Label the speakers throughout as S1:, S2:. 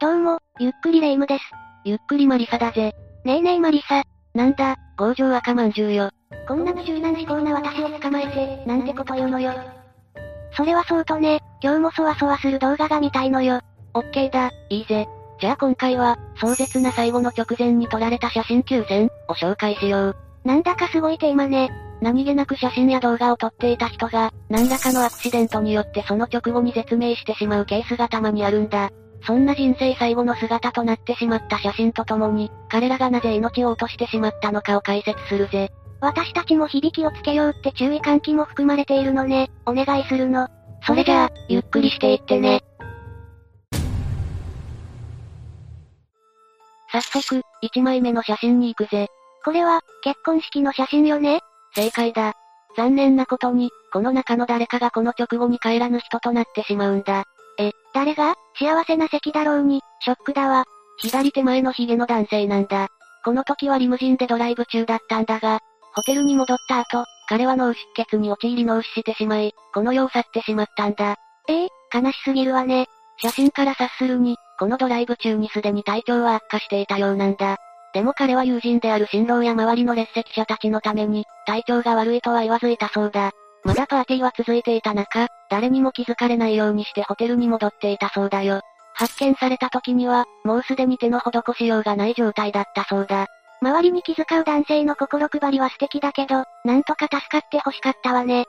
S1: どうも、ゆっくりレ夢ムです。
S2: ゆっくりマリサだぜ。
S1: ねえねえマリサ、
S2: なんだ、強情赤まんじゅうよ。
S1: こんな無柔軟非行な私を捕まえて、なんてこと言うのよ。それはそうとね、今日もそわそわする動画が見たいのよ。
S2: オッケーだ、いいぜ。じゃあ今回は、壮絶な最後の直前に撮られた写真9選を紹介しよう。
S1: なんだかすごいテーマね。
S2: 何気なく写真や動画を撮っていた人が、何らかのアクシデントによってその直後に絶命してしまうケースがたまにあるんだ。そんな人生最後の姿となってしまった写真とともに、彼らがなぜ命を落としてしまったのかを解説するぜ。
S1: 私たちも響きをつけようって注意喚起も含まれているのね。お願いするの。
S2: それじゃあ、ゆっくりしていってね。早速、1枚目の写真に行くぜ。
S1: これは、結婚式の写真よね
S2: 正解だ。残念なことに、この中の誰かがこの直後に帰らぬ人となってしまうんだ。
S1: 誰が幸せな席だろうに、ショックだわ。
S2: 左手前のヒゲの男性なんだ。この時はリムジンでドライブ中だったんだが、ホテルに戻った後、彼は脳出血に陥り脳死してしまい、この世を去ってしまったんだ。
S1: ええ悲しすぎるわね。
S2: 写真から察するに、このドライブ中にすでに体調は悪化していたようなんだ。でも彼は友人である新郎や周りの列席者たちのために、体調が悪いとは言わずいたそうだ。まだパーティーは続いていた中、誰にも気づかれないようにしてホテルに戻っていたそうだよ。発見された時には、もうすでに手の施しようがない状態だったそうだ。
S1: 周りに気遣う男性の心配りは素敵だけど、なんとか助かって欲しかったわね。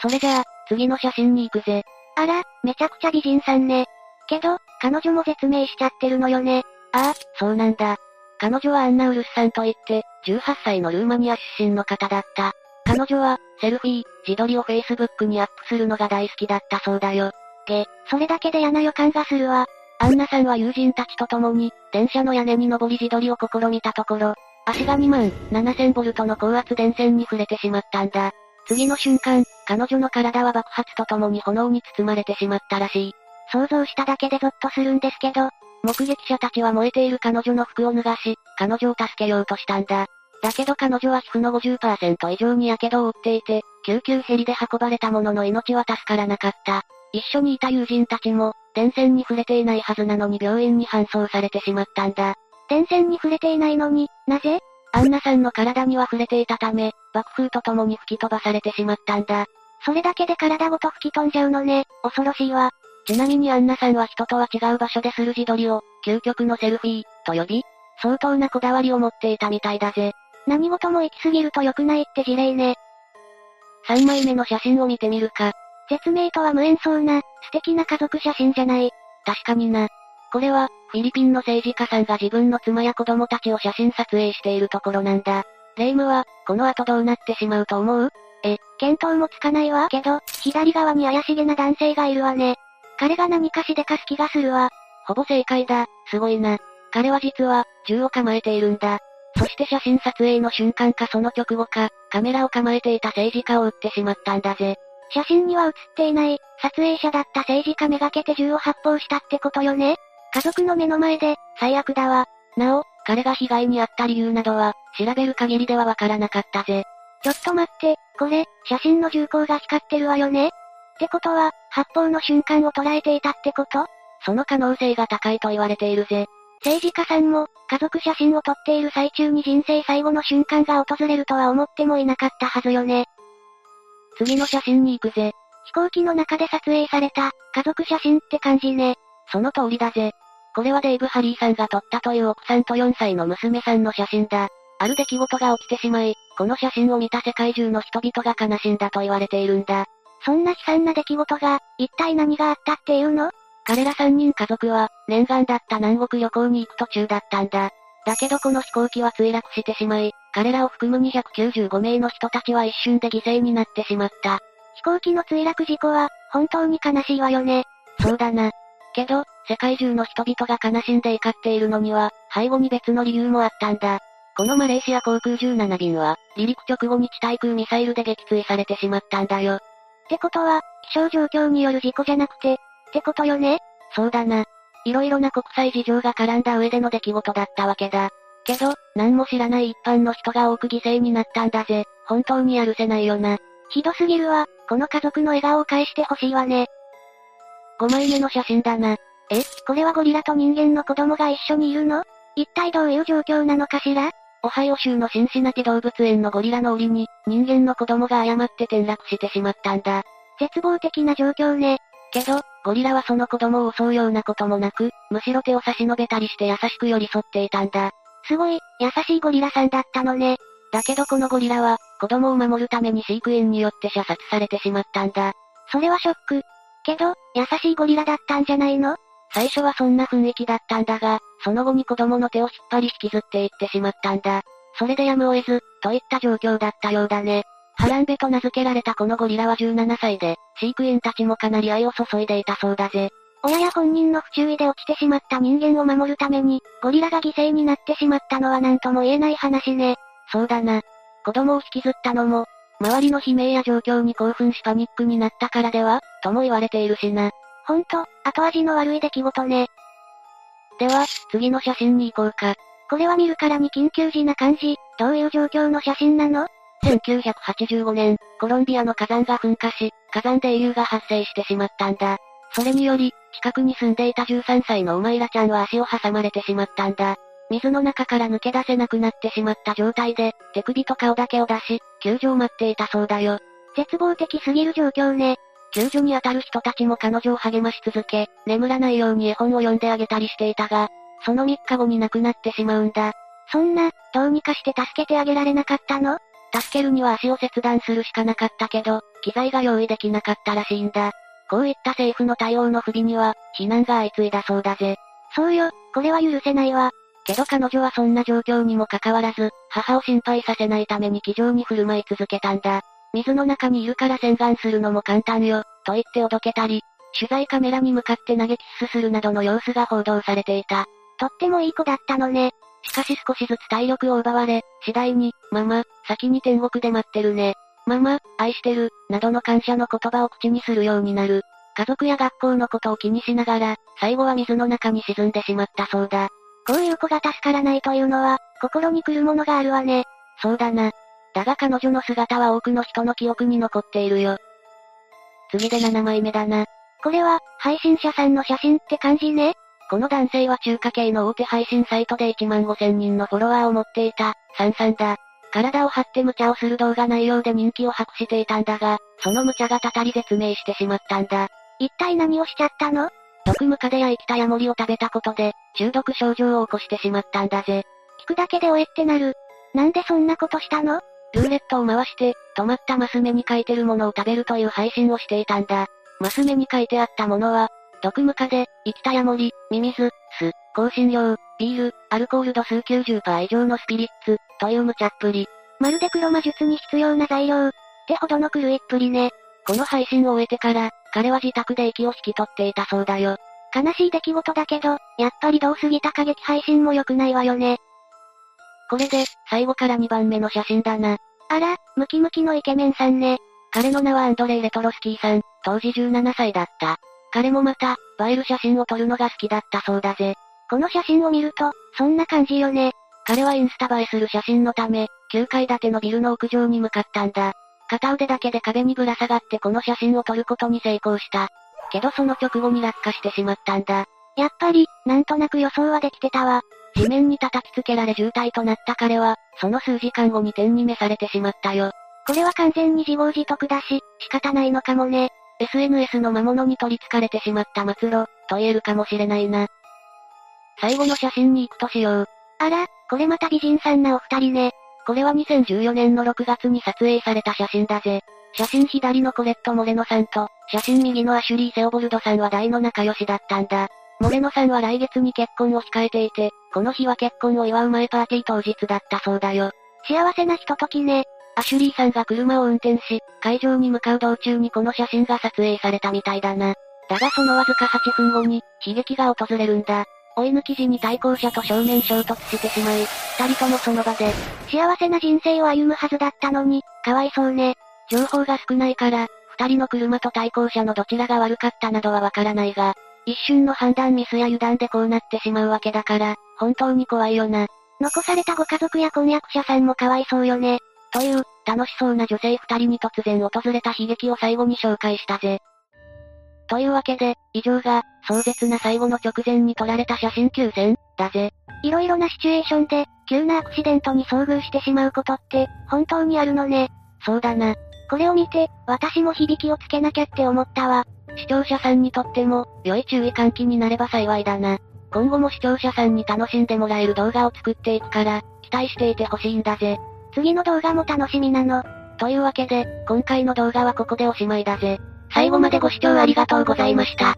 S2: それじゃあ、次の写真に行くぜ。
S1: あら、めちゃくちゃ美人さんね。けど、彼女も絶命しちゃってるのよね。
S2: ああ、そうなんだ。彼女はアンナウルスさんといって、18歳のルーマニア出身の方だった。彼女は、セルフィー、自撮りを Facebook にアップするのが大好きだったそうだよ。
S1: げ、それだけで嫌な予感がするわ。
S2: アンナさんは友人たちと共に、電車の屋根に登り自撮りを試みたところ、足が2万7000ボルトの高圧電線に触れてしまったんだ。次の瞬間、彼女の体は爆発と共に炎に包まれてしまったらしい。
S1: 想像しただけでゾッとするんですけど、
S2: 目撃者たちは燃えている彼女の服を脱がし、彼女を助けようとしたんだ。だけど彼女は皮膚の50%以上に火傷を負っていて、救急ヘリで運ばれたものの命は助からなかった。一緒にいた友人たちも、電線に触れていないはずなのに病院に搬送されてしまったんだ。
S1: 電線に触れていないのに、なぜ
S2: アンナさんの体には触れていたため、爆風と共に吹き飛ばされてしまったんだ。
S1: それだけで体ごと吹き飛んじゃうのね。恐ろしいわ。
S2: ちなみにアンナさんは人とは違う場所でする自撮りを、究極のセルフィー、と呼び、相当なこだわりを持っていたみたいだぜ。
S1: 何事も行き過ぎると良くないって事例ね。
S2: 3枚目の写真を見てみるか。
S1: 絶命とは無縁そうな、素敵な家族写真じゃない。
S2: 確かにな。これは、フィリピンの政治家さんが自分の妻や子供たちを写真撮影しているところなんだ。レイムは、この後どうなってしまうと思う
S1: 見当もつかないわ。けど、左側に怪しげな男性がいるわね。彼が何かしでかす気がするわ。
S2: ほぼ正解だ。すごいな。彼は実は、銃を構えているんだ。そして写真撮影の瞬間かその直後か、カメラを構えていた政治家を撃ってしまったんだぜ。
S1: 写真には写っていない、撮影者だった政治家めがけて銃を発砲したってことよね。家族の目の前で、最悪だわ。
S2: なお、彼が被害に遭った理由などは、調べる限りではわからなかったぜ。
S1: ちょっと待って、これ、写真の銃口が光ってるわよね。ってことは、発砲の瞬間を捉えていたってこと
S2: その可能性が高いと言われているぜ。
S1: 政治家さんも、家族写真を撮っている最中に人生最後の瞬間が訪れるとは思ってもいなかったはずよね。
S2: 次の写真に行くぜ。
S1: 飛行機の中で撮影された、家族写真って感じね。
S2: その通りだぜ。これはデイブ・ハリーさんが撮ったという奥さんと4歳の娘さんの写真だ。ある出来事が起きてしまい、この写真を見た世界中の人々が悲しんだと言われているんだ。
S1: そんな悲惨な出来事が、一体何があったっていうの
S2: 彼ら3人家族は、念願だった南国旅行に行く途中だったんだ。だけどこの飛行機は墜落してしまい、彼らを含む295名の人たちは一瞬で犠牲になってしまった。
S1: 飛行機の墜落事故は、本当に悲しいわよね。
S2: そうだな。けど、世界中の人々が悲しんで怒っているのには、背後に別の理由もあったんだ。このマレーシア航空17便は、離陸直後に地対空ミサイルで撃墜されてしまったんだよ。
S1: ってことは、気象状況による事故じゃなくて、ってことよね。
S2: そうだな。いろいろな国際事情が絡んだ上での出来事だったわけだ。けど、何も知らない一般の人が多く犠牲になったんだぜ。本当にやるせないよな。
S1: ひどすぎるわ、この家族の笑顔を返してほしいわね。
S2: 5枚目の写真だな。
S1: え、これはゴリラと人間の子供が一緒にいるの一体どういう状況なのかしら
S2: オハイオ州のシンシナティ動物園のゴリラの檻に、人間の子供が誤って転落してしまったんだ。
S1: 絶望的な状況ね。
S2: けど、ゴリラはその子供を襲うようなこともなく、むしろ手を差し伸べたりして優しく寄り添っていたんだ。
S1: すごい、優しいゴリラさんだったのね。
S2: だけどこのゴリラは、子供を守るために飼育員によって射殺されてしまったんだ。
S1: それはショック。けど、優しいゴリラだったんじゃないの
S2: 最初はそんな雰囲気だったんだが、その後に子供の手を引っ張り引きずっていってしまったんだ。それでやむを得ず、といった状況だったようだね。ハランベと名付けられたこのゴリラは17歳で、飼育員たちもかなり愛を注いでいたそうだぜ。
S1: 親や本人の不注意で起きてしまった人間を守るために、ゴリラが犠牲になってしまったのは何とも言えない話ね。
S2: そうだな。子供を引きずったのも、周りの悲鳴や状況に興奮しパニックになったからでは、とも言われているしな。
S1: ほんと、後味の悪い出来事ね。
S2: では、次の写真に行こうか。
S1: これは見るからに緊急時な感じ、どういう状況の写真なの
S2: 1985年、コロンビアの火山が噴火し、火山で英雄が発生してしまったんだ。それにより、近くに住んでいた13歳のオマイラちゃんは足を挟まれてしまったんだ。水の中から抜け出せなくなってしまった状態で、手首と顔だけを出し、救助を待っていたそうだよ。
S1: 絶望的すぎる状況ね。
S2: 救助に当たる人たちも彼女を励まし続け、眠らないように絵本を読んであげたりしていたが、その3日後に亡くなってしまうんだ。
S1: そんな、どうにかして助けてあげられなかったの
S2: 助けるには足を切断するしかなかったけど、機材が用意できなかったらしいんだ。こういった政府の対応の不備には、非難が相次いだそうだぜ。
S1: そうよ、これは許せないわ。
S2: けど彼女はそんな状況にもかかわらず、母を心配させないために気丈に振る舞い続けたんだ。水の中にいるから洗顔するのも簡単よ、と言っておどけたり、取材カメラに向かって投げキッスするなどの様子が報道されていた。
S1: とってもいい子だったのね。
S2: しかし少しずつ体力を奪われ、次第に、ママ、先に天国で待ってるね。ママ、愛してる、などの感謝の言葉を口にするようになる。家族や学校のことを気にしながら、最後は水の中に沈んでしまったそうだ。
S1: こういう子が助からないというのは、心に来るものがあるわね。
S2: そうだな。だが彼女の姿は多くの人の記憶に残っているよ。次で7枚目だな。
S1: これは、配信者さんの写真って感じね。
S2: この男性は中華系の大手配信サイトで1万5000人のフォロワーを持っていた、サンサンだ。体を張って無茶をする動画内容で人気を博していたんだが、その無茶がたたり絶命してしまったんだ。
S1: 一体何をしちゃったの
S2: 毒ムカデや生きたヤモリを食べたことで、中毒症状を起こしてしまったんだぜ。
S1: 聞くだけでおえってなる。なんでそんなことしたの
S2: ルーレットを回して、止まったマス目に書いてるものを食べるという配信をしていたんだ。マス目に書いてあったものは、毒ムカデ、生きたヤモリ、ミミズ、酢、香辛料、ビール、アルコール度数90%以上のスピリッツ、という無茶っぷり。
S1: まるで黒魔術に必要な材料、ってほどの狂いっぷりね。
S2: この配信を終えてから、彼は自宅で息を引き取っていたそうだよ。
S1: 悲しい出来事だけど、やっぱりどう過ぎた過激配信も良くないわよね。
S2: これで、最後から2番目の写真だな。
S1: あら、ムキムキのイケメンさんね。
S2: 彼の名はアンドレイ・レトロスキーさん、当時17歳だった。彼もまた、映える写真を撮るのが好きだったそうだぜ。
S1: この写真を見ると、そんな感じよね。
S2: 彼はインスタ映えする写真のため、9階建てのビルの屋上に向かったんだ。片腕だけで壁にぶら下がってこの写真を撮ることに成功した。けどその直後に落下してしまったんだ。
S1: やっぱり、なんとなく予想はできてたわ。
S2: 地面に叩きつけられ重体となった彼は、その数時間後に点に召されてしまったよ。
S1: これは完全に自業自得だし、仕方ないのかもね。
S2: SNS の魔物に取り憑かれてしまった末路、と言えるかもしれないな。最後の写真に行くとしよう。
S1: あら、これまた美人さんなお二人ね。
S2: これは2014年の6月に撮影された写真だぜ。写真左のコレット・モレノさんと、写真右のアシュリー・セオボルドさんは大の仲良しだったんだ。モレノさんは来月に結婚を控えていて、この日は結婚を祝う前パーティー当日だったそうだよ。
S1: 幸せなひとときね。
S2: アシュリーさんが車を運転し、会場に向かう道中にこの写真が撮影されたみたいだな。だがそのわずか8分後に、悲劇が訪れるんだ。追い抜き時に対向車と正面衝突してしまい、二人ともその場で、
S1: 幸せな人生を歩むはずだったのに、かわいそうね。
S2: 情報が少ないから、二人の車と対向車のどちらが悪かったなどはわからないが、一瞬の判断ミスや油断でこうなってしまうわけだから、本当に怖いよな。
S1: 残されたご家族や婚約者さんもかわいそうよね。
S2: という、楽しそうな女性二人に突然訪れた悲劇を最後に紹介したぜ。というわけで、以上が、壮絶な最後の直前に撮られた写真9選、だぜ。
S1: いろいろなシチュエーションで、急なアクシデントに遭遇してしまうことって、本当にあるのね。
S2: そうだな。
S1: これを見て、私も響きをつけなきゃって思ったわ。
S2: 視聴者さんにとっても、良い注意喚起になれば幸いだな。今後も視聴者さんに楽しんでもらえる動画を作っていくから、期待していてほしいんだぜ。
S1: 次の動画も楽しみなの。
S2: というわけで、今回の動画はここでおしまいだぜ。最後までご視聴ありがとうございました。